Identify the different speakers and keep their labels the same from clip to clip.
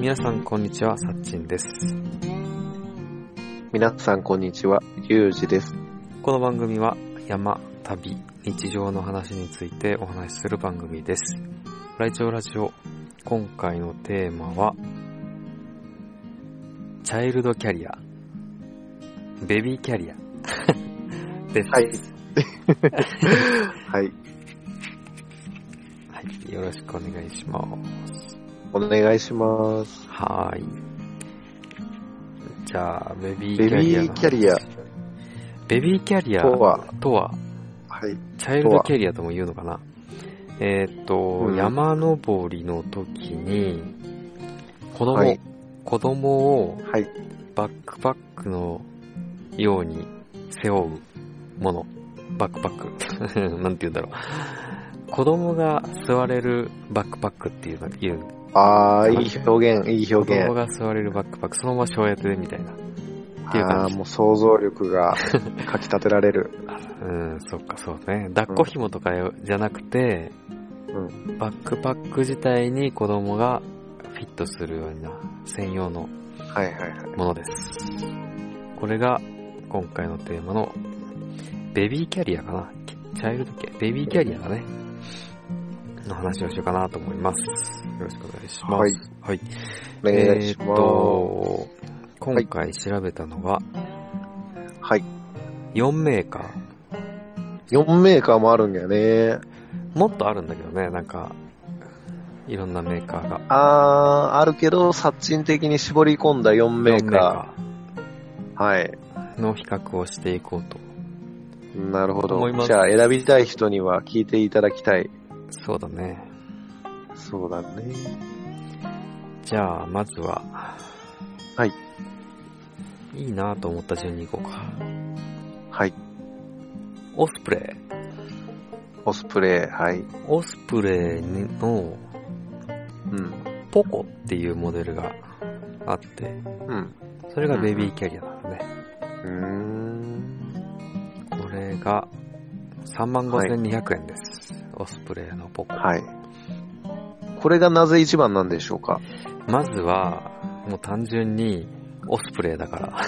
Speaker 1: 皆さんこんにちは、さっちんです。
Speaker 2: 皆さん、こんにちは。ゆうじです。
Speaker 1: この番組は山、旅、日常の話についてお話しする番組です。ライチョウラジオ、今回のテーマは、チャイルドキャリア、ベビーキャリアです。
Speaker 2: はい。はい。
Speaker 1: はい。よろしくお願いします。
Speaker 2: お願いします。
Speaker 1: はーい。じゃあ、ベビー
Speaker 2: ベ
Speaker 1: キャリア
Speaker 2: ビ
Speaker 1: の
Speaker 2: ーキャリア
Speaker 1: ベビーキャリア
Speaker 2: とは、
Speaker 1: とは、
Speaker 2: はい。
Speaker 1: チャイルドキャリアとも言うのかなえーっと、
Speaker 2: うん
Speaker 1: 山登りの時に、子供、
Speaker 2: はい
Speaker 1: 子供を
Speaker 2: はい。
Speaker 1: バックパックのように背負うもの。バックパック。 なんて言うんだろう。子供が座れるバックパックっていうの、言う
Speaker 2: あー、いい表現、いい
Speaker 1: 子
Speaker 2: 表
Speaker 1: 供
Speaker 2: 現。
Speaker 1: が座れるバックパック、そのまま小てでみたいな。っていう
Speaker 2: あ
Speaker 1: 感じ
Speaker 2: ー、もう想像力がかき立てられる。
Speaker 1: うん、そっか、そうね。抱っこ紐とかじゃなくて、
Speaker 2: う
Speaker 1: バックパック自体に子供がフィットするような専用の
Speaker 2: はいはいはい。
Speaker 1: ものです。これが今回のテーマのベビーキャリアかなチャイルドキャベビーキャリアだね。の話をしようかなと思います。よろしくお願いします。
Speaker 2: はい。
Speaker 1: はい。
Speaker 2: お願いし
Speaker 1: えーっ
Speaker 2: ます。
Speaker 1: と、今回調べたのが
Speaker 2: はい。
Speaker 1: 4メーカー。
Speaker 2: 4メーカーもあるんだよね。
Speaker 1: もっとあるんだけどね、なんか、いろんなメーカーが。
Speaker 2: あー、あるけど、殺人的に絞り込んだ4メー
Speaker 1: 4
Speaker 2: カー。はい。
Speaker 1: ーの比較をしていこうと。
Speaker 2: なるほ
Speaker 1: 思
Speaker 2: ど
Speaker 1: いま。す
Speaker 2: じゃあ、選びたい人には聞いていただきたい。
Speaker 1: そうだね。
Speaker 2: そうだね。
Speaker 1: じゃあ、まずは。
Speaker 2: はい。
Speaker 1: いいなと思った順に行こうか。
Speaker 2: はい。
Speaker 1: オスプレイ。
Speaker 2: オスプレイ、はい。
Speaker 1: オスプレイの
Speaker 2: うん。
Speaker 1: ポコっていうモデルがあって、
Speaker 2: うん。
Speaker 1: それがベビーキャリアなんだね。
Speaker 2: うーん。
Speaker 1: これが35,200円です。オスプレイのポコ。
Speaker 2: はい。これがなぜ一番なんでしょうか
Speaker 1: まずは、もう単純に、オスプレイだから。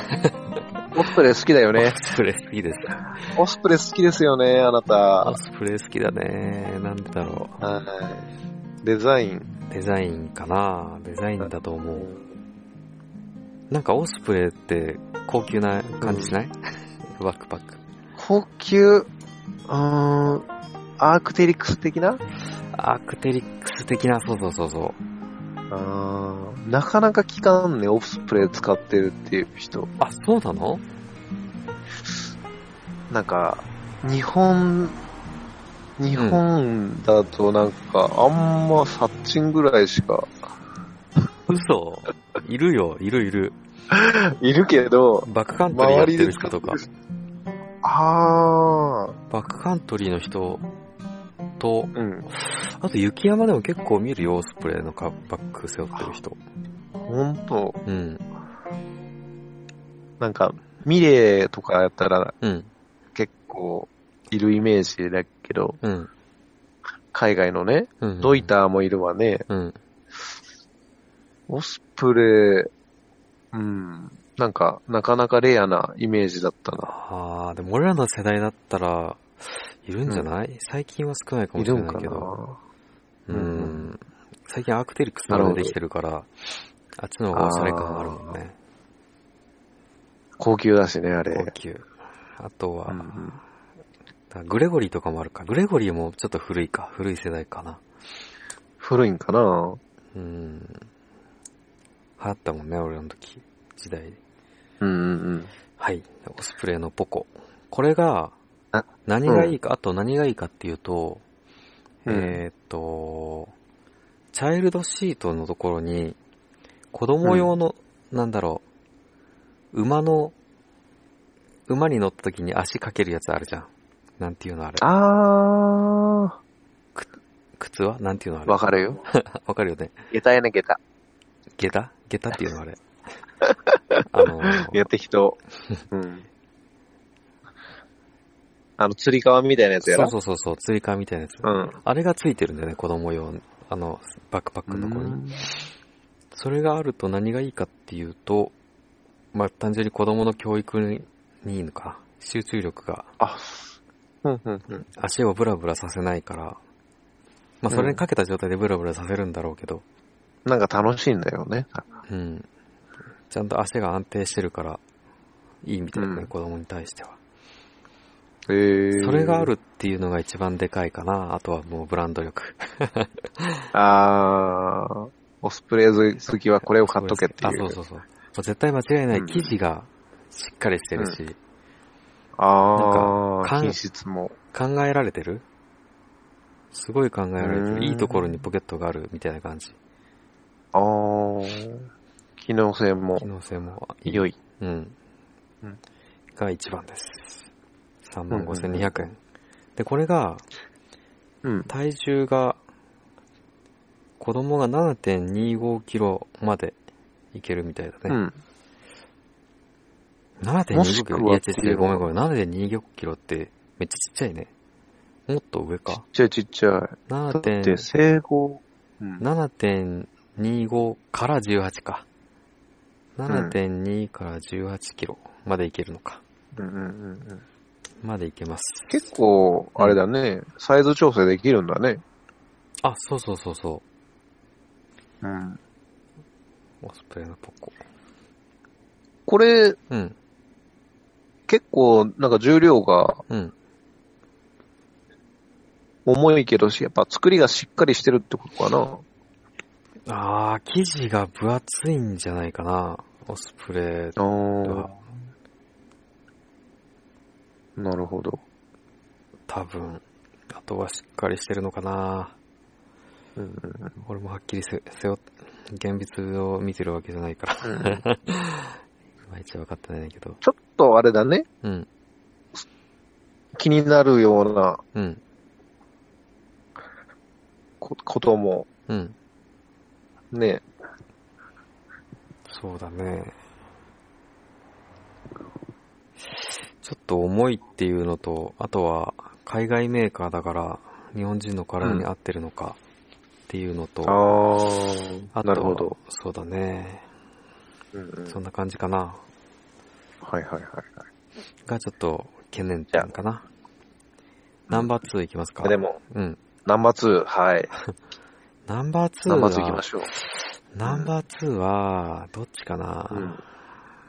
Speaker 2: オスプレイ好きだよね
Speaker 1: オ。スプレイ好きです。
Speaker 2: オスプレイ好きですよね、あなた
Speaker 1: オ。スプレイ好きだね。なんでだろ
Speaker 2: はい。デザイン。
Speaker 1: う。デザインかなデザインだと思う。なんかオスプレイって高級な感じしない、バックパック。
Speaker 2: 高級、うーん、アークテリクス的な
Speaker 1: アークテリックス的な、そうそうそうそう。
Speaker 2: あーなかなか聞かんね、オスプレイ使ってるっていう人。
Speaker 1: あ、そうなの
Speaker 2: なんか、日本、日本だとなんか、あんまサッチンぐらいしか、
Speaker 1: 嘘。いるよ、いるいる。
Speaker 2: いるけど、
Speaker 1: バックカントリーやってる人とか
Speaker 2: 周りで、使あー、
Speaker 1: バックカントリーの人と、
Speaker 2: うん。
Speaker 1: あと雪山でも結構見るよ、オスプレイのカバック背負ってる人。
Speaker 2: ほんと、
Speaker 1: うん。
Speaker 2: なんか、ミレーとかやったら
Speaker 1: うん。
Speaker 2: 結構いるイメージだけど、
Speaker 1: うん。
Speaker 2: 海外のね、
Speaker 1: うん。
Speaker 2: ドイターもいるわね。
Speaker 1: うん。
Speaker 2: オスプレイ、うん。なんか、なかなかレアなイメージだったな。
Speaker 1: ああ、でも俺らの世代だったら、いるんじゃない、最近は少ないかも
Speaker 2: い
Speaker 1: しれ
Speaker 2: るん
Speaker 1: ない
Speaker 2: か
Speaker 1: けど。
Speaker 2: な
Speaker 1: う
Speaker 2: なうん
Speaker 1: ん。最近アークテリクスとかでできてるから、あっちの方がおしゃれ感あるもんね。
Speaker 2: 高級だしね、
Speaker 1: 高
Speaker 2: あれ。
Speaker 1: 級。あとは、
Speaker 2: うんうん
Speaker 1: グレゴリーとかもあるか。グレゴリーもちょっと古いか。古い世代かな。
Speaker 2: 古いんかな
Speaker 1: うん。流行ったもんね、俺らの時。時代。
Speaker 2: うんうんうん。
Speaker 1: はい。オスプレイのポコ。これが
Speaker 2: あ、
Speaker 1: 何がいいか、あと何がいいかっていうと、
Speaker 2: うん
Speaker 1: えーっと、チャイルドシートのところに、子供用の、なんだろう、馬の、馬に乗った時に足かけるやつあるじゃん。なんていうのあれ。
Speaker 2: あ
Speaker 1: 靴はなんていうのあ
Speaker 2: ー、
Speaker 1: れ。
Speaker 2: わかるよ。
Speaker 1: わかるよね。
Speaker 2: 下駄やね、下駄。
Speaker 1: 下駄下駄っていうのあれ。あの、
Speaker 2: いや、適当。うん。あの、釣り革みたいなやつや
Speaker 1: そう
Speaker 2: ろ
Speaker 1: そうそうそう、追加みたいなやつ。
Speaker 2: うん。
Speaker 1: あれがついてるんだよね、子供用の。あの、バックパックの子に。それがあると何がいいかっていうと、まあ、単純に子供の教育ににいいのか。集中力が、
Speaker 2: あ、うんうんうん。
Speaker 1: 足をブラブラさせないから、まあ、それにかけた状態でブラブラさせるんだろうけど、
Speaker 2: なんか楽しいんだよね。
Speaker 1: うん。ちゃんと足が安定してるから、いいみたいなね、
Speaker 2: うん
Speaker 1: 子供に対しては。
Speaker 2: へえ
Speaker 1: それがあ。るっていうのが一番でかいかな。あとはもうブランド力。
Speaker 2: あー、オスプレイ好きはこれを買っとけっていう。
Speaker 1: あ、そうそうそう。もう絶対間違いない
Speaker 2: うん
Speaker 1: 生地がしっかりしてるし、
Speaker 2: あ
Speaker 1: なんか
Speaker 2: ー、
Speaker 1: 缶
Speaker 2: 品質も。
Speaker 1: 考えられてるすごい考えられ
Speaker 2: う
Speaker 1: て
Speaker 2: ん
Speaker 1: る。いいところにポケットがあるみたいな感じ。
Speaker 2: あー、機能性も
Speaker 1: 機能性もいい。
Speaker 2: 良い。
Speaker 1: うん
Speaker 2: うん。
Speaker 1: が一番です。35,200円。で、これが、
Speaker 2: うん。
Speaker 1: 体重が、子供が7.25キロまでいけるみたいだ
Speaker 2: う
Speaker 1: ね。
Speaker 2: ん。もし
Speaker 1: 7.25キ
Speaker 2: く
Speaker 1: ロや、
Speaker 2: はい
Speaker 1: 違う違う、ごめんごめん。7.25キロって、めっちゃちっちゃいね。もっと上
Speaker 2: ちっ
Speaker 1: か。
Speaker 2: ちゃいちっちゃい。だって、
Speaker 1: 7.25
Speaker 2: 生後、うん。
Speaker 1: 7.25から18か。
Speaker 2: ん
Speaker 1: 7.2から18キロまでいけるのか。
Speaker 2: うんうんうんうん
Speaker 1: までいけます。
Speaker 2: 結構、あれだね、サイズ調整できるんだね。
Speaker 1: あ、そうそうそうそ
Speaker 2: うん。
Speaker 1: う。オスプレイのポッコ。
Speaker 2: これ、
Speaker 1: うん、
Speaker 2: 結構、なんか重量が
Speaker 1: うん。
Speaker 2: 重いけどし、やっぱ作りがしっかりしてるってことかな。
Speaker 1: あー、生地が分厚いんじゃないかな。オスプレイ
Speaker 2: あ
Speaker 1: は
Speaker 2: ー。なるほど。
Speaker 1: 多分。あとはしっかりしてるのかな。
Speaker 2: うんうん
Speaker 1: 俺もはっきりせ、背負っ、現実を見てるわけじゃないから。
Speaker 2: うん
Speaker 1: いまいち分かってないんだけど。
Speaker 2: ちょっとあれだね、
Speaker 1: うん、
Speaker 2: 気になるような
Speaker 1: うん、
Speaker 2: こことも、
Speaker 1: うん。
Speaker 2: ね、
Speaker 1: そうだね。ちょっと重いっていうのと、あとは海外メーカーだから日本人の体に合ってるのかっていうのと、
Speaker 2: あ
Speaker 1: あ
Speaker 2: あ、
Speaker 1: と
Speaker 2: なるほど。。
Speaker 1: そうだね。
Speaker 2: うんうん、
Speaker 1: そんな感じかな。
Speaker 2: はいはいはい。
Speaker 1: がちょっと懸念点かな。ナンバー2いきますか。
Speaker 2: でも、
Speaker 1: うん。
Speaker 2: ナンバー2、はい。
Speaker 1: ナンバー2
Speaker 2: ナ
Speaker 1: は、
Speaker 2: ンバー2行きましょう。
Speaker 1: ナンバー2は、どっちかな、
Speaker 2: うん。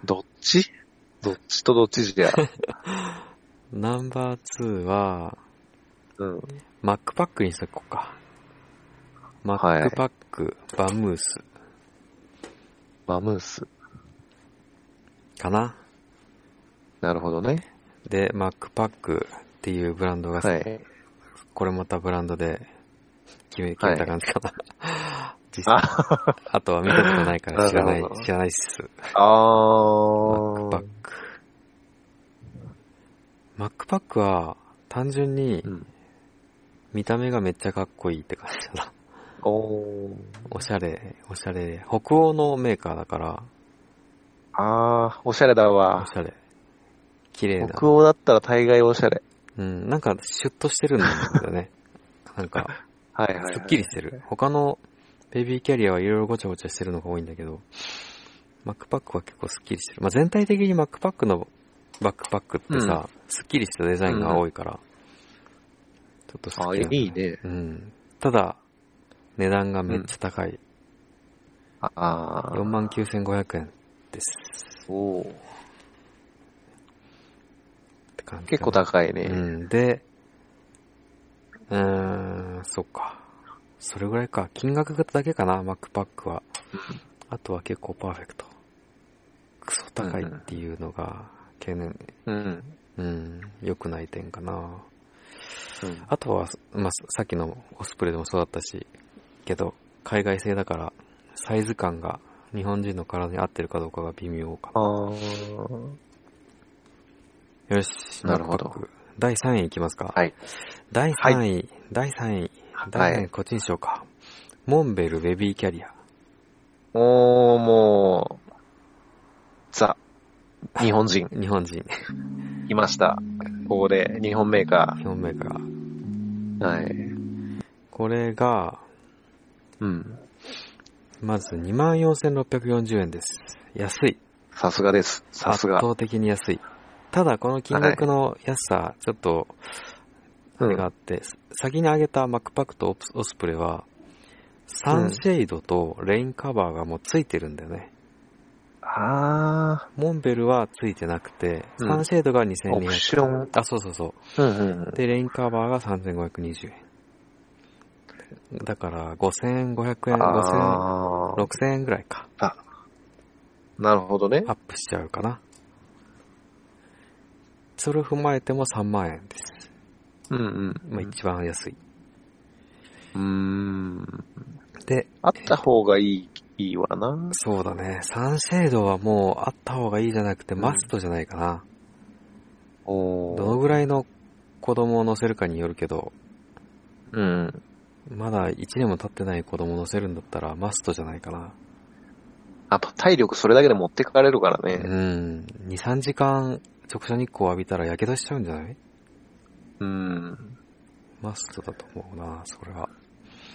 Speaker 2: どっちどっちとどっちじ ゃ。
Speaker 1: ナンバー2は、
Speaker 2: うん。
Speaker 1: マックパックにしとこうか。マ
Speaker 2: はい
Speaker 1: ックパック、バムース
Speaker 2: マムース。
Speaker 1: かな。
Speaker 2: なるほどね。
Speaker 1: で、マックパックっていうブランドが、
Speaker 2: はい。
Speaker 1: これまたブランドで決め決めた感じかな。実際
Speaker 2: あ、
Speaker 1: あとは見たことないから知らない
Speaker 2: なるほ、ど
Speaker 1: 知らないっす。マッ
Speaker 2: あ
Speaker 1: クパッ
Speaker 2: ー。
Speaker 1: ク。マックパックは、単純に
Speaker 2: うん。
Speaker 1: 見た目がめっちゃかっこいいって感じだな。
Speaker 2: おー。
Speaker 1: おしゃれ、おしゃれ。北欧のメーカーだから、
Speaker 2: あー、おしゃれだ
Speaker 1: お
Speaker 2: わ。
Speaker 1: しゃれ。綺麗な
Speaker 2: 北。欧だったら大概おしゃれ。
Speaker 1: うん、なんかシュッとしてるんだよ ね。なんか、
Speaker 2: はいはい、はい。
Speaker 1: すっきりしてる。他のベビーキャリアはいろいろごちゃごちゃしてるのが多いんだけど、マックパックは結構すっきりしてる。まあ、全体的にマックパックのバックパックってさ、すっきりしたデザインが多いから、ちょっと好
Speaker 2: あ、
Speaker 1: き
Speaker 2: い
Speaker 1: なんだ
Speaker 2: い。ね。
Speaker 1: うん。ただ、値段がめっちゃ高い。
Speaker 2: あー。
Speaker 1: 49,500円です。
Speaker 2: おー
Speaker 1: って感じかな。
Speaker 2: 結構高いね。
Speaker 1: うん、で、うーん、そっか。それぐらいか。金額だけかな、マックパックは。あとは結構パーフェクト。クソ高いっていうのが、懸念、
Speaker 2: うん。
Speaker 1: うん、良くない点かな。
Speaker 2: うん
Speaker 1: あとは、まあ、さっきのオスプレイでもそうだったし、けど、海外製だから、サイズ感が日本人の体に合ってるかどうかが微妙か
Speaker 2: あー。
Speaker 1: な。よし、
Speaker 2: なるほど
Speaker 1: マックパック第3位いきますか。
Speaker 2: はい。
Speaker 1: 第3位、第3位、第3位、
Speaker 2: はい
Speaker 1: こっちにしようか。モンベルベビーキャリア。
Speaker 2: おー、もう、日本人、
Speaker 1: 日本 人。
Speaker 2: いました。ここで、日本メーカ
Speaker 1: 日本メーカー。
Speaker 2: ー。はい。
Speaker 1: これが、
Speaker 2: うん。
Speaker 1: まず24,640円です。安い。
Speaker 2: さすがです。さすが
Speaker 1: 圧。倒的に安い。ただ、この金額の安さ、ちょっと、あれがあって、先に挙げたマックパックとオプオスプレイは、サンシェイドとレインカバーがもうついてるんだよね。
Speaker 2: あ
Speaker 1: モンベルはついてなくて、
Speaker 2: うん
Speaker 1: サンシェイドが
Speaker 2: ー、オプ
Speaker 1: 2200
Speaker 2: ション。
Speaker 1: あ、そうそうそう。
Speaker 2: うんうん。
Speaker 1: で、レインカバーが3520円。だから、5500円、5000、
Speaker 2: あー
Speaker 1: 6000円ぐらいか。
Speaker 2: なるほどね
Speaker 1: ア。ップしちゃうかな。それを踏まえても3万円です。
Speaker 2: うんうん。
Speaker 1: まあ、一番安い。
Speaker 2: うーん。
Speaker 1: で、
Speaker 2: あった方がいい、いいわな。
Speaker 1: そうだね。サンシェードはもうあった方がいいじゃなくて
Speaker 2: うん
Speaker 1: マストじゃないかな。
Speaker 2: お
Speaker 1: どの
Speaker 2: ー
Speaker 1: ぐらいの子供を乗せるかによるけど、
Speaker 2: うん。
Speaker 1: まだ1年も経ってない子供を乗せるんだったらマストじゃないかな。
Speaker 2: やっぱ体力それだけで持ってかれるから
Speaker 1: う
Speaker 2: ね。
Speaker 1: ん。2、3時間直射日光浴びたら火傷しちゃうんじゃない
Speaker 2: うん。
Speaker 1: マストだと思うな、それは。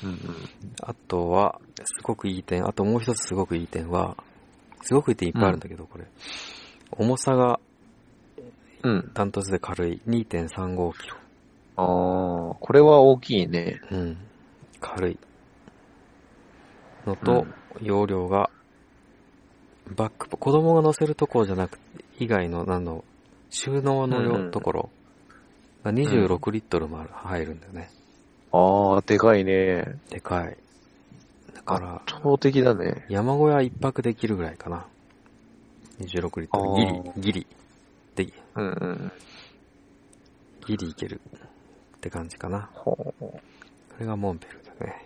Speaker 2: うんうん。
Speaker 1: あとは、すごくいい点、あともう一つすごくいい点は、すごくいい点いっぱいあるんだけど、これ。重さが
Speaker 2: うん。
Speaker 1: ダントツで軽い。2.35キロ。
Speaker 2: あー、これは大きいね。
Speaker 1: うん。軽い。のと、容量が、バックパ、子供が乗せるところじゃなくて、以外の、なんの、収納の
Speaker 2: うんう
Speaker 1: よ
Speaker 2: ん
Speaker 1: ところ、が26リットルもある入るんだよね。
Speaker 2: あー、でかいね。
Speaker 1: でかい。だから、
Speaker 2: 圧倒的だね。
Speaker 1: 山小屋一泊できるぐらいかな。26リットル。
Speaker 2: あー
Speaker 1: ギリ、ギリ。で、
Speaker 2: うんうん。
Speaker 1: ギリいける。って感じかな。
Speaker 2: ほう。
Speaker 1: これがモンベルだね。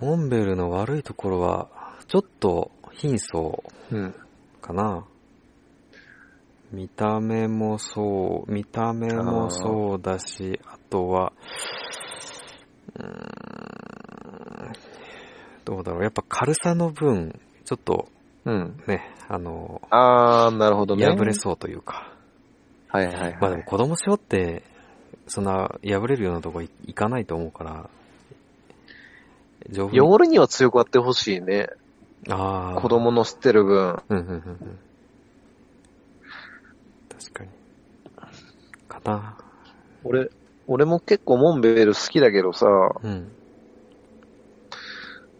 Speaker 1: モンベルの悪いところは、ちょっと貧相
Speaker 2: うん。
Speaker 1: かな。見た目もそう、見た目もそうだし、あとは、うーん、どうだろう。やっぱ軽さの分、ちょっと
Speaker 2: うん。
Speaker 1: ね、あの、
Speaker 2: あー、なるほどね。
Speaker 1: 破れそうというか。
Speaker 2: はいはいはい。
Speaker 1: まあでも子供背負って、そんな破れるようなとこ行かないと思うから、丈夫に
Speaker 2: 汚れには強くあってほしいね。
Speaker 1: ああ。
Speaker 2: 子。供の吸ってる分。
Speaker 1: うんうんうんうん。確かに。かな。
Speaker 2: 俺、俺も結構モンベル好きだけどさ、
Speaker 1: うん。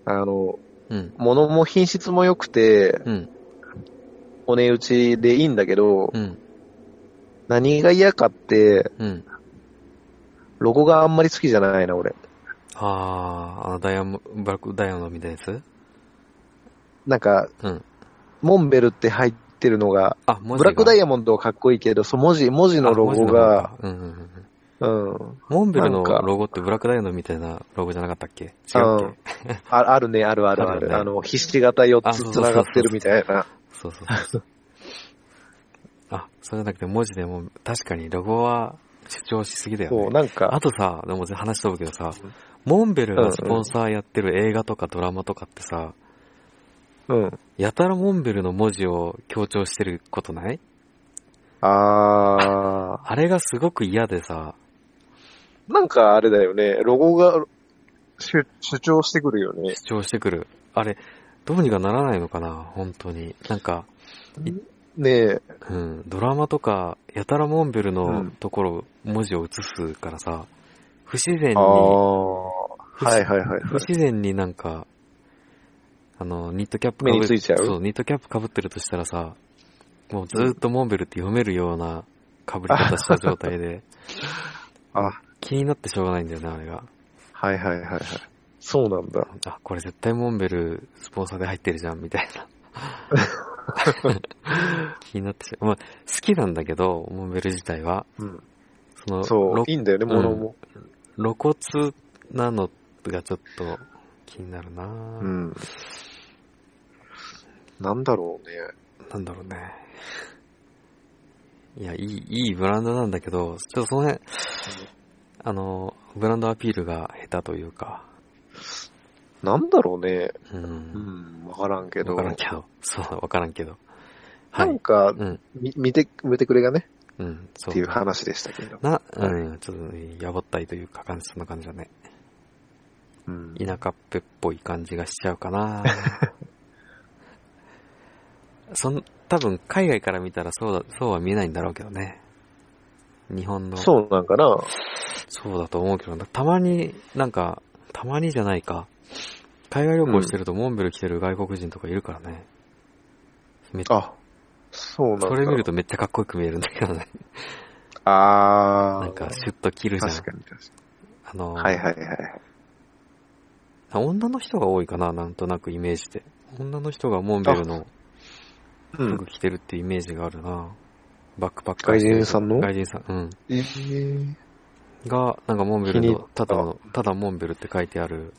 Speaker 2: あの、
Speaker 1: うん。
Speaker 2: 物も品質も良くて、
Speaker 1: うん。
Speaker 2: お値打ちでいいんだけど、
Speaker 1: うん。
Speaker 2: 何が嫌かって、
Speaker 1: うん。
Speaker 2: ロゴがあんまり好きじゃないな、俺。
Speaker 1: ああ、あのダイヤモ、ブラックダイヤのみたいなやつ
Speaker 2: なんか、
Speaker 1: うん。
Speaker 2: モンベルって入ってるのが、
Speaker 1: あ、文字が
Speaker 2: ブラックダイヤモンドはかっこいいけど、そう文字、文字のロゴが、、
Speaker 1: あ文字の方かうんうんうん。
Speaker 2: うん。
Speaker 1: モンベルの
Speaker 2: なんか
Speaker 1: ロゴってブラックダイヤのみたいなロゴじゃなかったっけ違うっけ、
Speaker 2: うんああるね、あるあるあ
Speaker 1: ある
Speaker 2: る。
Speaker 1: ね
Speaker 2: あの、ひし形4つ繋がってるみたいな。
Speaker 1: そうそうそうそう。あ、そうじゃなくて文字でも、確かにロゴは主張しすぎだよ
Speaker 2: そう、
Speaker 1: ね。
Speaker 2: なんか
Speaker 1: あ、とさ、でも話飛ぶけどさ
Speaker 2: うん、
Speaker 1: モンベルがスポンサーやってる映画とかドラマとかってさ、
Speaker 2: うん。
Speaker 1: やたらモンベルの文字を強調してることない
Speaker 2: あ
Speaker 1: あれがすごく嫌でさ、
Speaker 2: ー、なんかあれだよね、ロゴが主主張してくるよね。
Speaker 1: 主張してくる。あれ、どうにかならないのかな本当に。なんか、
Speaker 2: ねえ、
Speaker 1: うん、ドラマとか、やたらモンベル
Speaker 2: う
Speaker 1: の
Speaker 2: ん
Speaker 1: ところ、文字を写すからさ、不自然に
Speaker 2: あー、はいはいはいはい。
Speaker 1: 不自然になんか、あの、ニットキャップ
Speaker 2: 目に
Speaker 1: っ
Speaker 2: ついちゃう
Speaker 1: そう、ニットキャップ被ってるとしたらさ、もうずーっとモンベルって読めるような被り方した状態で、
Speaker 2: あ、
Speaker 1: 気になってしょうがないんだよね、あれが。
Speaker 2: はいはいはいはい。そうなんだ。
Speaker 1: あ、これ絶対モンベルスポンサーで入ってるじゃん、みたい な。気になってしまう。まあ、好きなんだけど、モンベル自体は。
Speaker 2: うん。
Speaker 1: その、
Speaker 2: そう
Speaker 1: ろ、
Speaker 2: いいんだよね、
Speaker 1: うん
Speaker 2: 物も。
Speaker 1: 露骨なのがちょっと気になるなぁ
Speaker 2: うん。なんだろうね。
Speaker 1: なんだろうね。いや、いい、いいブランドなんだけど、ちょっとその辺、あの、ブランドアピールが下手というか、
Speaker 2: なんだろうね。
Speaker 1: う。
Speaker 2: うんん、わからんけど。
Speaker 1: わからんけど。そう、わからんけど。は
Speaker 2: なん
Speaker 1: い。
Speaker 2: か、
Speaker 1: うん。
Speaker 2: み見て、見てくれがね、
Speaker 1: うん。そ
Speaker 2: っていう話でしたけど。
Speaker 1: な、うん、ちょっとね、やぼったいというか、感じ、そんな感じだね。
Speaker 2: うん。
Speaker 1: 田舎っぺっぽい感じがしちゃうか なそん、多分海外から見たらそうだ、そうは見えないんだろうけどね。日本の、
Speaker 2: そうなんかな
Speaker 1: そうだと思うけど、たまに、なんか、たまにじゃないか。海外旅行してるとモンベル来てる外国人とかいるからね。めっ
Speaker 2: あ、そうなんだ。
Speaker 1: それ見るとめっちゃかっこよく見えるんだけ どね。
Speaker 2: あ
Speaker 1: な
Speaker 2: ー。
Speaker 1: んか、シュッと切るじゃん。
Speaker 2: 確かに確か
Speaker 1: あの、
Speaker 2: に。はいはいはい。
Speaker 1: 女の人が多いかな、なんとなくイメージで。女の人がモンベルの
Speaker 2: う
Speaker 1: 服
Speaker 2: ん。
Speaker 1: 着てるっていうイメージがあるな。バックパッカー
Speaker 2: 外
Speaker 1: してる
Speaker 2: 人さんの
Speaker 1: 外人さん、うん。
Speaker 2: えー、
Speaker 1: が、なんかモンベル
Speaker 2: 気に入
Speaker 1: の
Speaker 2: っ、
Speaker 1: ただの、ただモンベルって書いてある、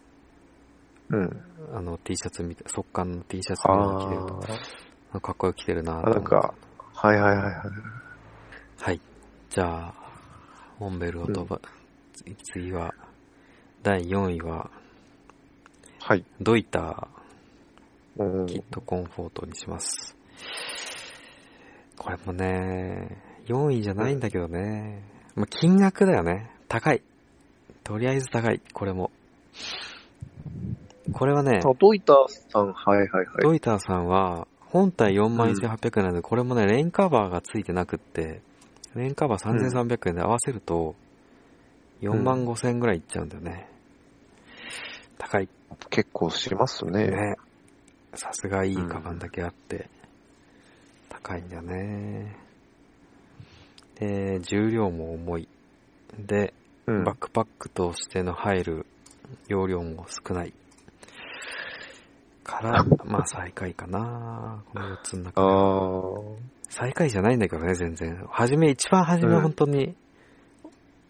Speaker 2: うん。
Speaker 1: あの T シャツみたい、速乾の T シャツみたいなの着てる
Speaker 2: あー。
Speaker 1: と、かっこよく着てるな
Speaker 2: あ、なん
Speaker 1: と思っ
Speaker 2: か、はいはいはいはい。
Speaker 1: て。はい。じゃあ、モンベルを飛ば、つ次は、第4位は、
Speaker 2: はい。
Speaker 1: ドイタ
Speaker 2: うん
Speaker 1: ー、キットコンフォートにします。これもね、4位じゃないんだけどね。まあ、金額だよね。高い。とりあえず高い。これも。これはね、
Speaker 2: あ、ドイターさん、はいはいはい。
Speaker 1: ドイターさんは、本体41,800円なんで、これもね、レンカバーが付いてなくって、レンカバー3,300円で合わせると、4万5千円ぐらいいっちゃうんだよね。高い
Speaker 2: 結構しますね。
Speaker 1: ね。さすがいいカバンだけあって、高いんだね。で、重量も重い。で、
Speaker 2: うん
Speaker 1: バックパックとしての入る容量も少ない。 から、まあ最下位かなこの4つの
Speaker 2: あ
Speaker 1: 中では。
Speaker 2: ー。
Speaker 1: 最下位じゃないんだけどね、全然。はじめ、一番初め
Speaker 2: うん
Speaker 1: 本当に、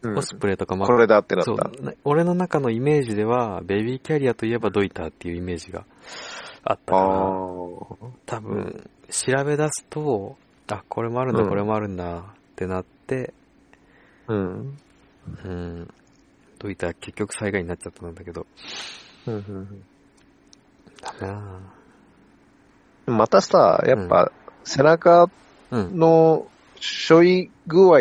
Speaker 2: うん
Speaker 1: オスプレイとかマ
Speaker 2: これだってなっ
Speaker 1: そう
Speaker 2: た。、
Speaker 1: な俺の中のイメージでは、ベビーキャリアといえばドイターっていうイメージがあった
Speaker 2: あ
Speaker 1: から、
Speaker 2: ー。
Speaker 1: 多分、調べ出すと、あ、これもあるんだ、
Speaker 2: うん
Speaker 1: これもあるんだってなって、
Speaker 2: うん。
Speaker 1: うん、ドイター結局災害になっちゃったんだけど、
Speaker 2: うんうん
Speaker 1: だな
Speaker 2: うんまたさ、やっぱ、背中
Speaker 1: ぁうん。
Speaker 2: のしょい具合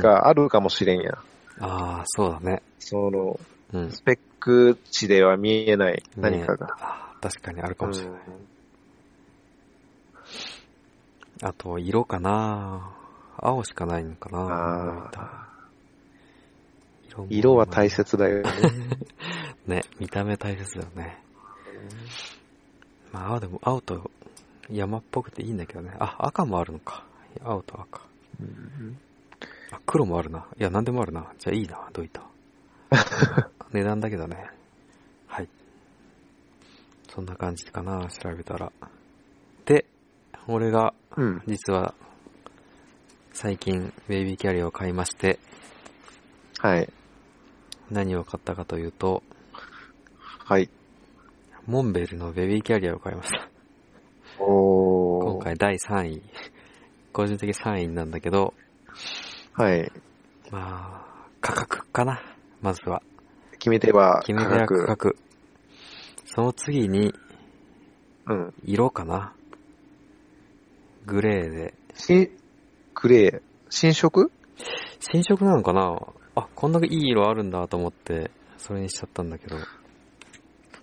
Speaker 2: があるかもしれんや。
Speaker 1: ああ、そうだね。
Speaker 2: その、
Speaker 1: うん。
Speaker 2: スペック値では見えない何かが。
Speaker 1: あー確かにあるかもしれない。
Speaker 2: ない。
Speaker 1: あと、色かな青しかないのかな
Speaker 2: あ
Speaker 1: ドイター
Speaker 2: 色は大切だよね。
Speaker 1: ね、見た目大切だよね。まあ、青でも、青と山っぽくていいんだけどね。あ、赤もあるのか。青と赤。あ、黒もあるな。いや、なんでもあるな。じゃあいいな、ど いた。値段だけどね。はい。そんな感じかな、調べたら。で、俺が、
Speaker 2: うん。
Speaker 1: 実は、最近、ベイビーキャリアを買いまして、
Speaker 2: はい。
Speaker 1: 何を買ったかというと、
Speaker 2: はい。
Speaker 1: モンベルのベビーキャリアを買いました。
Speaker 2: おー
Speaker 1: 今。回第3位。個人的3位なんだけど、
Speaker 2: はい。
Speaker 1: まあ、価格かな。まずは。
Speaker 2: 決め手は
Speaker 1: 決め
Speaker 2: 価
Speaker 1: 手は価
Speaker 2: 格。
Speaker 1: 格。その次に、
Speaker 2: うん。
Speaker 1: 色かな。グレーで。
Speaker 2: し、グレー。新色
Speaker 1: 新色なのかなあ、こんだけいい色あるんだと思って、それにしちゃったんだけど。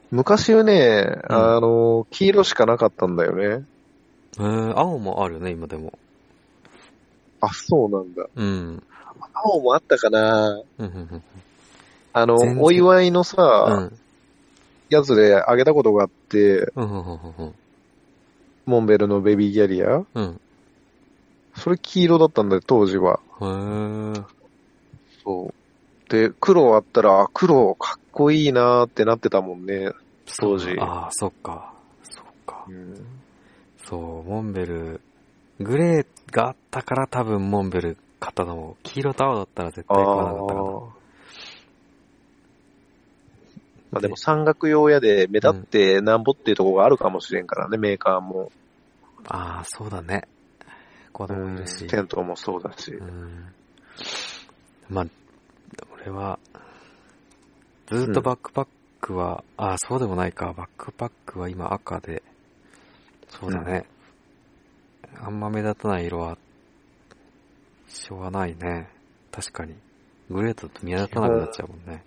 Speaker 2: 昔はね、あの、黄色しかなかったんだよね。
Speaker 1: うーん、青もあるよね、今でも。
Speaker 2: あ、そうなんだ。
Speaker 1: うん。
Speaker 2: 青もあったかな
Speaker 1: うん、うん、
Speaker 2: あの
Speaker 1: 全、然
Speaker 2: お祝いの
Speaker 1: うん。う
Speaker 2: さ、
Speaker 1: ん、
Speaker 2: やつであげたことがあって、
Speaker 1: うん、うん、うん
Speaker 2: モンベルのベビーギャリア。
Speaker 1: うん。
Speaker 2: それ黄色だったんだよ、当時は。
Speaker 1: うん。へー
Speaker 2: そう。で、黒あったら、あ黒かっこいいなーってなってたもんね。当時
Speaker 1: ああ、そっか。そっか。
Speaker 2: うん。
Speaker 1: そう、モンベル、グレーがあったから多分モンベル買ったと思う。黄色と青だったら絶
Speaker 2: あ
Speaker 1: 対買
Speaker 2: あ
Speaker 1: わなかったかな。
Speaker 2: ー。まあでも山岳用やで目立ってなんぼっていうところがあるかもしれんからね、メーカーも。
Speaker 1: ああ、そうだね。子供いるし。
Speaker 2: テントもそうだし。
Speaker 1: うん。まあ、俺は、ずっとバックパックは、ああ、そうでもないか。バックパックは今赤で、そうだね。あんま目立たない色は、しょうがないね。確かに。グレーだと目立たなくなっちゃうもんね。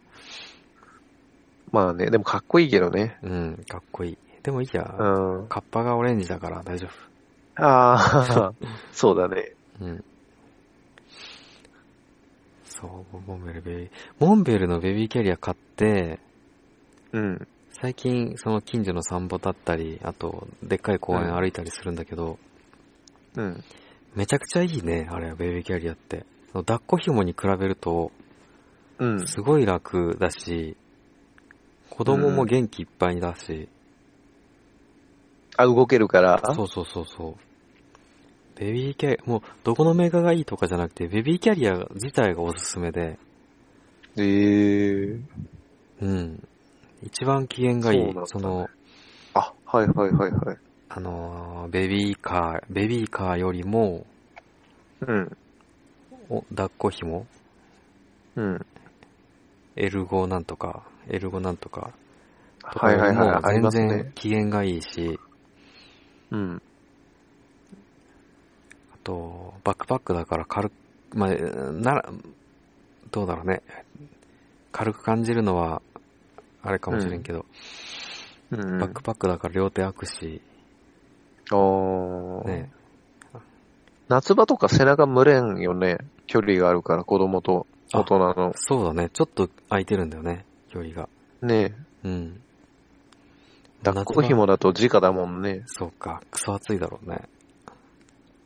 Speaker 2: まあね、でもかっこいいけどね。
Speaker 1: うん、かっこいい。でもいいや。
Speaker 2: うん。
Speaker 1: カッパがオレンジだから大丈
Speaker 2: ああ、 そうだね。
Speaker 1: 夫。うん。そう、モンベルベビー。モンベルのベビーキャリア買って、
Speaker 2: うん。
Speaker 1: 最近その近所の散歩だったり、あと、でっかい公園
Speaker 2: うん
Speaker 1: 歩いたりするんだけど、
Speaker 2: うん。
Speaker 1: めちゃくちゃいいね、あれ、ベビーキャリアって。その抱っこ紐に比べると、
Speaker 2: うん。
Speaker 1: すごい楽だし、子供も元気いっぱいだし、
Speaker 2: あ、動けるから。
Speaker 1: そうそうそうそう。ベビーキャリア、もう、どこのメーカーがいいとかじゃなくて、ベビーキャリア自体がおすすめで、
Speaker 2: ええ
Speaker 1: うん。一番機嫌がいい
Speaker 2: そうなん、だ
Speaker 1: その、
Speaker 2: あ、はいはいはいはい。
Speaker 1: あのー、ベビーカー、ベビーカーよりも、
Speaker 2: うん。
Speaker 1: お抱っこ紐
Speaker 2: うん。
Speaker 1: エルゴなんとか、エルゴなんとか、とか
Speaker 2: は
Speaker 1: よ
Speaker 2: い
Speaker 1: り
Speaker 2: はいはい
Speaker 1: も。
Speaker 2: あり
Speaker 1: 全
Speaker 2: ます
Speaker 1: 然
Speaker 2: ね。
Speaker 1: 機嫌がいいし、
Speaker 2: うん。
Speaker 1: あと、バックパックだから軽く、まあ、えーなら、どうだろうね。軽く感じるのは、あれかもしれんけど、
Speaker 2: うん。
Speaker 1: バックパックだから両手開くし、
Speaker 2: ああ、
Speaker 1: ね、
Speaker 2: 夏場とか背中蒸れんよね。距離があるから、子供と大人の。
Speaker 1: そうだね、ちょっと空いてるんだよね、距離が。
Speaker 2: ね
Speaker 1: うん。
Speaker 2: 抱っこ紐だと直だもんね。
Speaker 1: そうか、クソ暑いだろうね。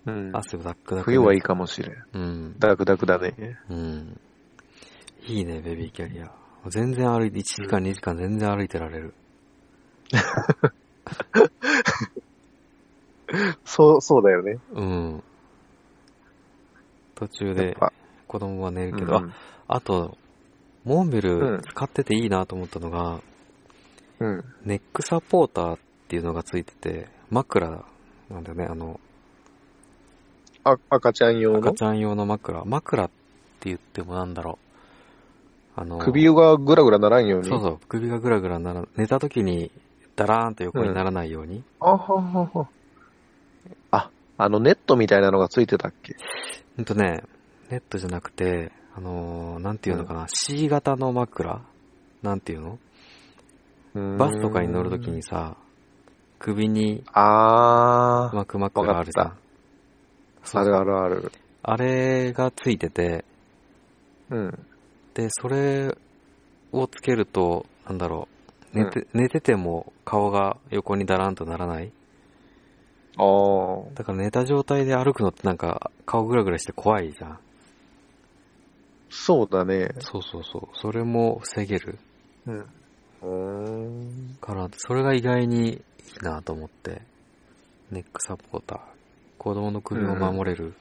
Speaker 2: うん。
Speaker 1: 汗をダックダックで。
Speaker 2: 冬はいいかもしれん。
Speaker 1: うん。
Speaker 2: ダクダクだね。
Speaker 1: うん。いいね、ベビーキャリア。全然歩いて、1時間、2時間全然歩いてられる。
Speaker 2: そう、そうだよね。
Speaker 1: うん。途中
Speaker 2: やっ
Speaker 1: で
Speaker 2: ぱ。
Speaker 1: 子供は寝るけど、
Speaker 2: う
Speaker 1: あ
Speaker 2: ん
Speaker 1: あと、モンベ
Speaker 2: う
Speaker 1: ル
Speaker 2: ん
Speaker 1: 使ってていいなと思ったのが、
Speaker 2: うん。
Speaker 1: ネックサポーターっていうのがついてて、枕なんだよね、あの、
Speaker 2: あ、赤ちゃん用
Speaker 1: 赤
Speaker 2: の
Speaker 1: ちゃん用の枕。枕って言ってもなんだろう。あの、
Speaker 2: 首がぐらぐらならんように。
Speaker 1: そうそう、首がぐらぐらなら、寝た時に、ダラーンと横にならないように。
Speaker 2: あははは。あ、あのネットみたいなのがついてたっけ
Speaker 1: ほんとね、ネットじゃなくて、あのーなんていうのかな、C 型の枕なんていうのバスとかに乗るとき。
Speaker 2: うーん
Speaker 1: にさ、首に
Speaker 2: あー、
Speaker 1: 巻く枕あるじゃ
Speaker 2: わ
Speaker 1: ん
Speaker 2: か。
Speaker 1: そう
Speaker 2: あるあるある。
Speaker 1: あれがついてて、
Speaker 2: うん。
Speaker 1: で、それをつけると、なんだろう、寝て、寝てても顔が横にだらんとならない。
Speaker 2: あー。
Speaker 1: だから寝た状態で歩くのってなんか顔ぐらぐらして怖いじゃん。
Speaker 2: そうだね。
Speaker 1: そうそうそう。それも防げる
Speaker 2: うん。うん。
Speaker 1: から、それが意外にいいなと思って。ネックサポーター。子供の首を守れる。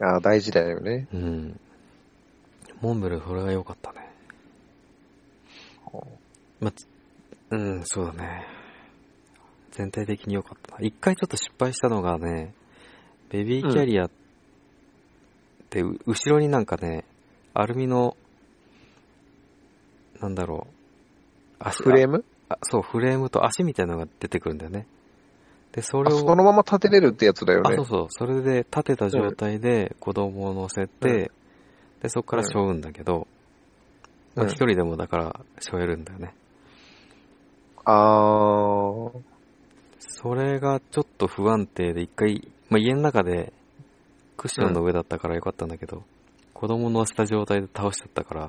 Speaker 2: あー大事だよね。
Speaker 1: うん。モンベル、それが良かったね。まあ、つうん、そうだね。全体的に良かったな。一回ちょっと失敗したのがね、ベビーキャリアって、う後ろになんかね、アルミの、なんだろう、足
Speaker 2: フレーム
Speaker 1: あそう、フレームと足みたいなのが出てくるんだよね。で、そ
Speaker 2: あ
Speaker 1: れを、
Speaker 2: そのまま立てれるってやつだよ
Speaker 1: あ、
Speaker 2: ね
Speaker 1: そう。そう。それで立てた状態で子供を乗せて、で、そこから背負うんだけど、まあ
Speaker 2: うん
Speaker 1: 一人でもだから背負えるんだよね。
Speaker 2: あー。
Speaker 1: それがちょっと不安定で一回、まあ、家の中でクッションの上だったからよかったんだけど、子供乗せた状態で倒しちゃったから、
Speaker 2: あ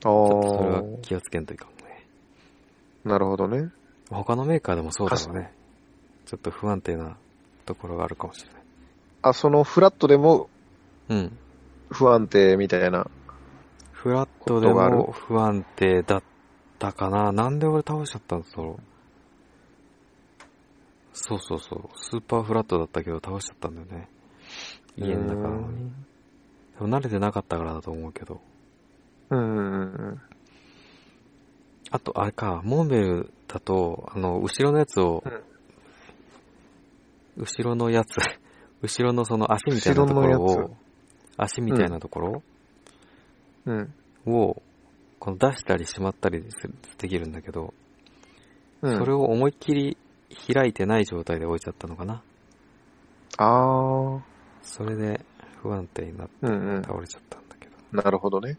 Speaker 1: ちょっとそれは
Speaker 2: ー。
Speaker 1: 気をつけんといかんね。
Speaker 2: なるほどね。
Speaker 1: 他のメーカーでもそうだろうね。ちょっと不安定なところがあるかもしれない。
Speaker 2: あ、そのフラットでも
Speaker 1: うん。
Speaker 2: 不安定みたいな。
Speaker 1: フラットで
Speaker 2: ことがあ
Speaker 1: も
Speaker 2: る
Speaker 1: 不安定だったかな。なんで俺倒しちゃったんだろう。そうそうそう。スーパーフラットだったけど倒しちゃったんだよね。家の中なのに。でも慣れてなかったからだと思うけど。
Speaker 2: うん。うん。
Speaker 1: あと、あれか、モンベルだと、あの、後ろのやつを、後ろのやつ、 後ろのその足みたいなところ
Speaker 2: 後ろのや
Speaker 1: を、足みたいなところ
Speaker 2: うん。
Speaker 1: を、この出したりしまったりするできるんだけど、
Speaker 2: うん。
Speaker 1: それを思いっきり開いてない状態で置いちゃったのかな。
Speaker 2: あー。
Speaker 1: それで不安定になって
Speaker 2: うんうん。
Speaker 1: 倒れちゃったんだけど。
Speaker 2: なるほどね。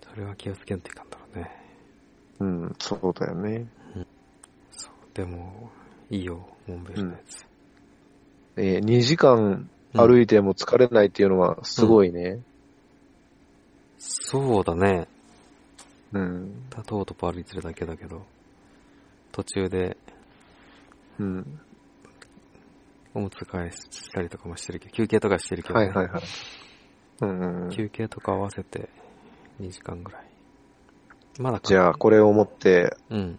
Speaker 1: それは気をつけんといかんだろうね。
Speaker 2: うん、そうだよね。
Speaker 1: そう。でも、いいよ、モンベルのやつ。
Speaker 2: えー、2時間歩
Speaker 1: い
Speaker 2: いても疲れないっていうのはすごいね。
Speaker 1: そうだね。
Speaker 2: うん。
Speaker 1: たとうとパ歩いてるだけだけど、途中で
Speaker 2: うん。
Speaker 1: おむつ替えしたりとかもしてるけど、休憩とかしてるけど
Speaker 2: は
Speaker 1: ね、
Speaker 2: いはいはい。うんうん。
Speaker 1: 休憩とか合わせて2時間ぐらい。まだか
Speaker 2: じゃあ、これをもって、
Speaker 1: うん。
Speaker 2: 今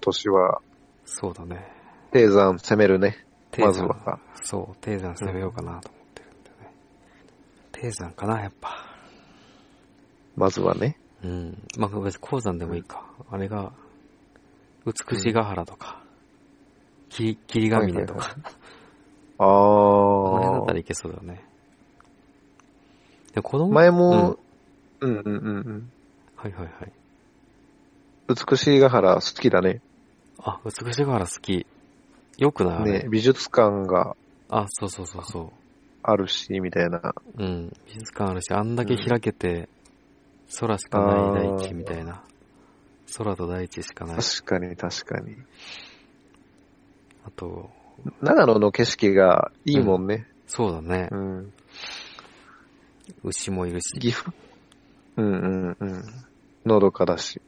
Speaker 2: 年は、
Speaker 1: そうだね。
Speaker 2: 低山攻めるね。
Speaker 1: 低
Speaker 2: まず
Speaker 1: 山、
Speaker 2: は。
Speaker 1: そう、低山攻めようかなと思ってるんだよね。低山かな、やっぱ。
Speaker 2: まずはね。
Speaker 1: うん。まあ、別に鉱山でもいいか。あれが、美しが原とか、き霧ヶ峰とか、
Speaker 2: あ
Speaker 1: あの辺だ
Speaker 2: あ
Speaker 1: ったらいけそうだよね。で子供
Speaker 2: 前も、うんうんうんうん。
Speaker 1: はいはいはい。
Speaker 2: 美しいヶ原好きだね。
Speaker 1: あ、美しが原好き。よくない、
Speaker 2: ね
Speaker 1: ね、、
Speaker 2: 美術館が
Speaker 1: あ、そうそうそうそ
Speaker 2: あるし、みたいな。
Speaker 1: う。うん。美術館あるし、あんだけ開けて、空しかない大地みたいな。空と大地しかない。
Speaker 2: 確かに確かに。
Speaker 1: あと、
Speaker 2: 長野の景色がいいもんね。
Speaker 1: そうだね
Speaker 2: う。ん。
Speaker 1: 牛もいるし。
Speaker 2: 岐阜うんうんうん。のどかだし。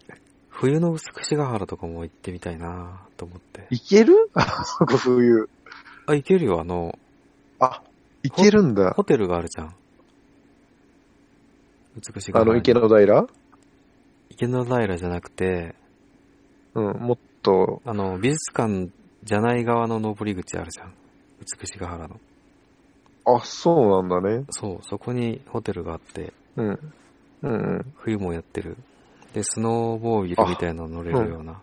Speaker 1: 冬の美ヶ原とかも行ってみたいなと思って。
Speaker 2: いけるあそこ冬。
Speaker 1: あ、行けるよ。あの、
Speaker 2: あ、いけるんだ
Speaker 1: ホ。テルがあるじゃん。美しが
Speaker 2: あ
Speaker 1: 原に。
Speaker 2: の池の平
Speaker 1: 池の平じゃなくて、
Speaker 2: うん、もっと、
Speaker 1: あの、美術館じゃない側の登り口あるじゃん。美しが原の。
Speaker 2: あ、そうなんだね。
Speaker 1: そう、そこにホテルがあって、
Speaker 2: うん。うんうん。
Speaker 1: 冬もやってる。で、スノーボービルみたいなの乗れるような。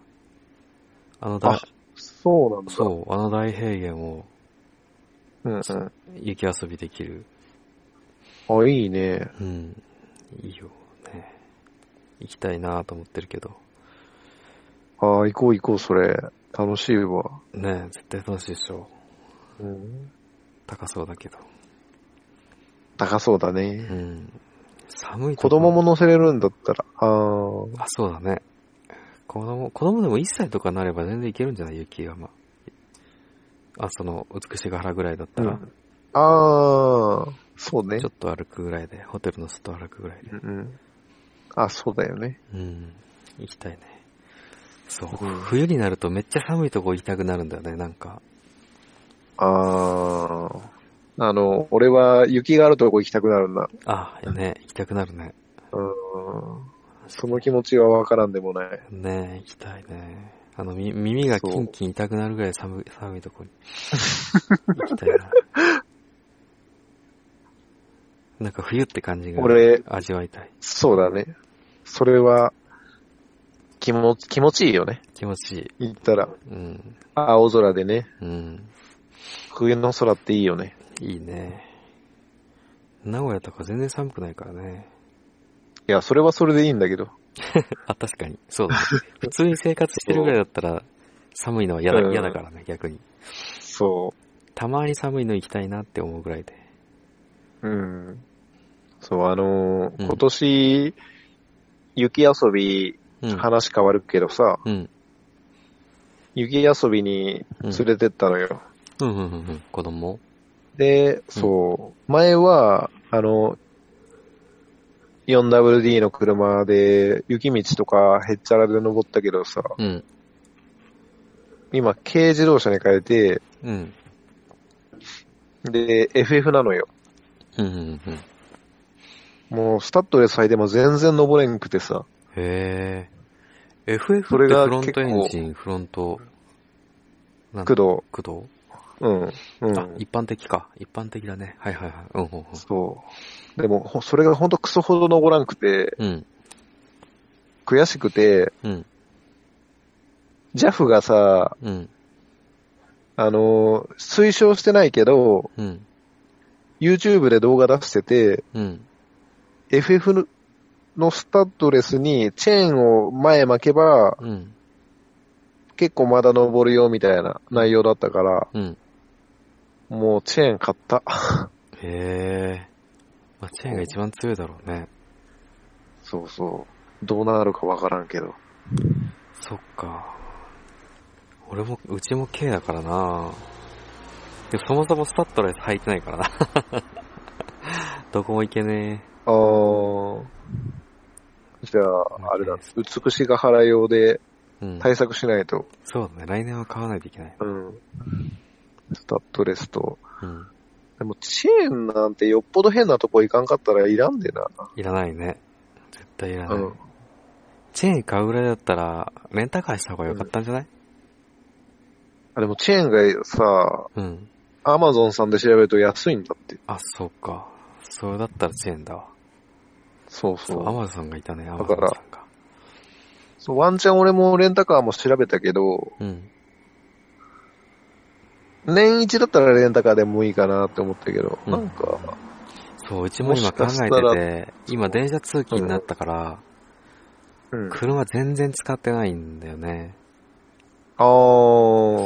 Speaker 1: あの
Speaker 2: あ
Speaker 1: だ、、
Speaker 2: そうなんだ。う。
Speaker 1: そう、あの大平原を
Speaker 2: うんうん。
Speaker 1: 雪遊びできる。
Speaker 2: あ、いいね。
Speaker 1: うん。いいよね。行きたいなと思ってるけど。
Speaker 2: あー行こう行こう、それ。楽しいわ。
Speaker 1: ねえ絶対楽しいでしょ。
Speaker 2: うん。
Speaker 1: 高そうだけど。
Speaker 2: 高そうだ
Speaker 1: う
Speaker 2: ね。
Speaker 1: ん。寒いとこ
Speaker 2: 子供も乗せれるんだったら。あー
Speaker 1: あ、そうだね。子供、子供でも1歳とかになれば全然いけるんじゃない雪山。あ、その、美しが原ぐらいだったら、
Speaker 2: うんあー、そうね
Speaker 1: ちょ。っと歩くぐらいで、ホテルの外歩くぐらいで
Speaker 2: う。んうん。あ、そうだよね。
Speaker 1: うん。行きたいね。そう。
Speaker 2: うん
Speaker 1: 冬になるとめっちゃ寒いとこ行きたくなるんだよね、なんか。
Speaker 2: あー。あの、俺は雪があるとこ行きたくなるんだ。
Speaker 1: ああ、ね、行きたくなるね。
Speaker 2: うん。その気持ちはわからんでもない。
Speaker 1: ね行きたいね。あの、み耳がキンキン痛くなるぐらい寒い、寒いと こに。行きたいな。なんか冬って感じが
Speaker 2: 俺、
Speaker 1: 味わいたい。
Speaker 2: そうだね。それは、気持ち、気持ちいいよね。
Speaker 1: 気持ちいい。
Speaker 2: 行ったら、
Speaker 1: うん。
Speaker 2: 青空でね、
Speaker 1: うん。
Speaker 2: 冬の空っていいよね。
Speaker 1: いいね。名古屋とか全然寒くないからね。
Speaker 2: いや、それはそれでいいんだけど。
Speaker 1: あ、確かに。そう だ、ね。普通に生活してるぐらいだったら、寒いのは嫌だ、
Speaker 2: うん
Speaker 1: 嫌だからね、逆に。
Speaker 2: そ
Speaker 1: たまに寒いの行きたいなって思うぐらいで。
Speaker 2: う。うん。そう、あのー
Speaker 1: うん
Speaker 2: 今年、雪遊び、
Speaker 1: うん。
Speaker 2: 話変わるけどさ、
Speaker 1: うん。
Speaker 2: 雪遊びに
Speaker 1: うん。
Speaker 2: 連れてったのよ。
Speaker 1: うんうんうんうん。子供
Speaker 2: で、そう、前は、あの、4WD の車で雪道とかへっちゃらで登ったけどさ、
Speaker 1: うん。
Speaker 2: 今軽自動車に変えて、
Speaker 1: うん。
Speaker 2: で、FF なのよ。
Speaker 1: うんうんうん。
Speaker 2: もうスタッドレス履いても全然登れんくてさ、
Speaker 1: へえ。FF
Speaker 2: それ
Speaker 1: って
Speaker 2: が
Speaker 1: フロントエンジ
Speaker 2: 結
Speaker 1: ン、フロント、なんだ
Speaker 2: 工
Speaker 1: 駆動、
Speaker 2: 藤。うん。う
Speaker 1: あ、
Speaker 2: ん。
Speaker 1: 一般的か。一般的だね。はいはいはい。うんうん
Speaker 2: そう。でも、ほそれがほんとクソほど登らんくて、
Speaker 1: うん。うん。
Speaker 2: 悔しくて、
Speaker 1: うん。
Speaker 2: JAF がさ、
Speaker 1: うん。
Speaker 2: あの、推奨してないけど、
Speaker 1: うん。
Speaker 2: YouTube で動画出してて、
Speaker 1: うん。
Speaker 2: FF ののスタッドレスにチェーンを前巻けば、
Speaker 1: うん。
Speaker 2: 結構まだ登るよみたいな内容だったから、
Speaker 1: うん。
Speaker 2: もうチェーン買った。
Speaker 1: へえ。まあ、チェーンが一番強いだろうね。
Speaker 2: そうそう。どうなるかわからんけど。
Speaker 1: そっか。俺も、うちも K だからなでもそもそもスタッドレス履いてないから な。どこも行けね
Speaker 2: あー。じゃあ、あれだ。美しが原用で
Speaker 1: え。うん。
Speaker 2: 対策しないと。
Speaker 1: そうだね。来年は買わないといけない。
Speaker 2: うん。スタッドレスと。
Speaker 1: うん。
Speaker 2: でもチェーンなんてよっぽど変なとこ行かんかったらいらんでな。
Speaker 1: いらないね。絶対いらな
Speaker 2: う
Speaker 1: い。
Speaker 2: ん。
Speaker 1: チェーン買うぐらいだったら、レンタカーした方が良かったんじゃない
Speaker 2: あ、でもチェーンがさ、
Speaker 1: うん。
Speaker 2: アマゾンさんで調べると安いんだって。
Speaker 1: あ、そうか。それだったらチェーンだわ。
Speaker 2: そう
Speaker 1: そ、
Speaker 2: そう
Speaker 1: ア
Speaker 2: う。
Speaker 1: マゾンがいたね、アマゾ
Speaker 2: か
Speaker 1: ン
Speaker 2: ら
Speaker 1: さんが。
Speaker 2: そうワンチャン俺もレンタカーも調べたけど、
Speaker 1: うん。
Speaker 2: 年一だったらレンタカーでもいいかなって思ったけど、
Speaker 1: うん
Speaker 2: なんか、
Speaker 1: そう、うちも今考
Speaker 2: もしかし
Speaker 1: え
Speaker 2: た
Speaker 1: てて、今電車通勤になったから、
Speaker 2: うん。あ
Speaker 1: 車全然使ってないんだよね。
Speaker 2: あー、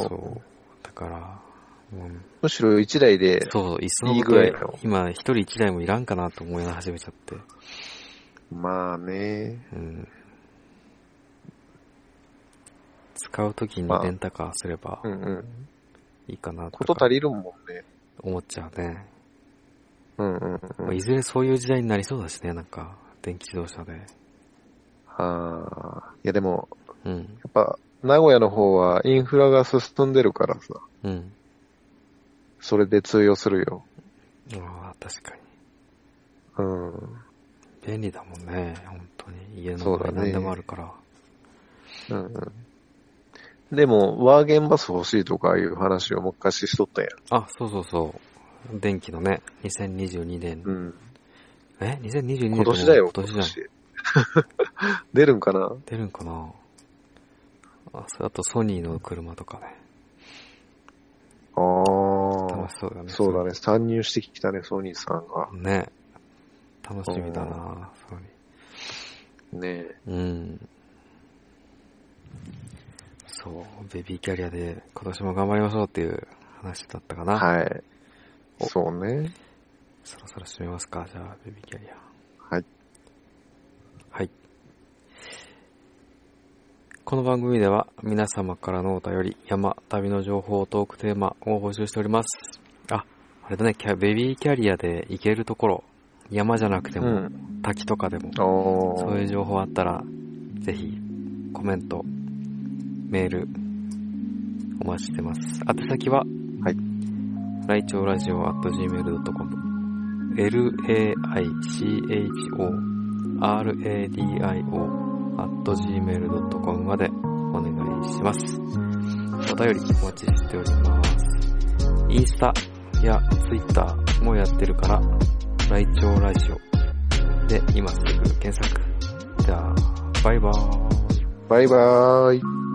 Speaker 1: そう。だから、もう
Speaker 2: むしろ一台で、
Speaker 1: そう、いっそ
Speaker 2: い
Speaker 1: の
Speaker 2: い
Speaker 1: こ
Speaker 2: ぐらい
Speaker 1: と
Speaker 2: の、
Speaker 1: 今一人一台もいらんかなと思い始めちゃって。
Speaker 2: まあね、
Speaker 1: うん。使うときに
Speaker 2: まあ
Speaker 1: レンタカーすれば
Speaker 2: うんうん。
Speaker 1: いいかな
Speaker 2: こと
Speaker 1: とか
Speaker 2: 足りるもんね。
Speaker 1: 思っちゃうね。
Speaker 2: うんうん
Speaker 1: ま
Speaker 2: う
Speaker 1: あ
Speaker 2: ん
Speaker 1: い。ずれそういう時代になりそうだしね、なんか、電気自動車で。
Speaker 2: ああ、いやでも、
Speaker 1: うん。
Speaker 2: やっぱ、名古屋の方はインフラが進んでるからさ、
Speaker 1: うん。
Speaker 2: それで通用するよ。
Speaker 1: ああ、確かに。
Speaker 2: うん。
Speaker 1: 便利だもんね、本当に。家
Speaker 2: そ
Speaker 1: の
Speaker 2: う
Speaker 1: 中
Speaker 2: だ
Speaker 1: に
Speaker 2: ね
Speaker 1: 何でもあるから。
Speaker 2: うんうん。でも、ワーゲンバス欲しいとかいう話を昔しとったやん。
Speaker 1: あ、そうそうそう。電気のね、2022年。
Speaker 2: うん。
Speaker 1: え ?2022 年
Speaker 2: 今年だよ、
Speaker 1: 今
Speaker 2: 今
Speaker 1: 年じゃん。
Speaker 2: 年。 出るんかな
Speaker 1: 出るんかなあ、それあとソニーの車とかね。
Speaker 2: あ
Speaker 1: 楽
Speaker 2: あ
Speaker 1: し、そうだね。
Speaker 2: そうだね。参入してきたね、ソニーさんが。
Speaker 1: ね。ね。楽しみだな、ソ
Speaker 2: ね
Speaker 1: ニー。うん。そう、ベビーキャリアで今年も頑張りましょうっていう話だったかな。
Speaker 2: はい。
Speaker 1: お
Speaker 2: そうね。
Speaker 1: そろそろ締めますか、じゃあ、ベビーキャリア。
Speaker 2: はい。
Speaker 1: はい。この番組では皆様からのお便り、山、旅の情報、トークテーマを募集しております。あ、あれだね、キャベビーキャリアで行けるところ、山じゃなくて
Speaker 2: う
Speaker 1: も、
Speaker 2: ん。
Speaker 1: 滝とかでも、
Speaker 2: ああ。
Speaker 1: そういう情報あったら、ぜひ、コメント、メール、お待ちしてます。宛先は、
Speaker 2: はい。
Speaker 1: ライチョウラジオ at gmail.com、l-a-i-c-h-o-r-a-d-i-o at gmail.com までお願いします。お便りお待ちしております。インスタやツイッターもやってるから、ライチョウラジオで今すぐ検索。じゃあ、バイバーイ。
Speaker 2: バイバーイ。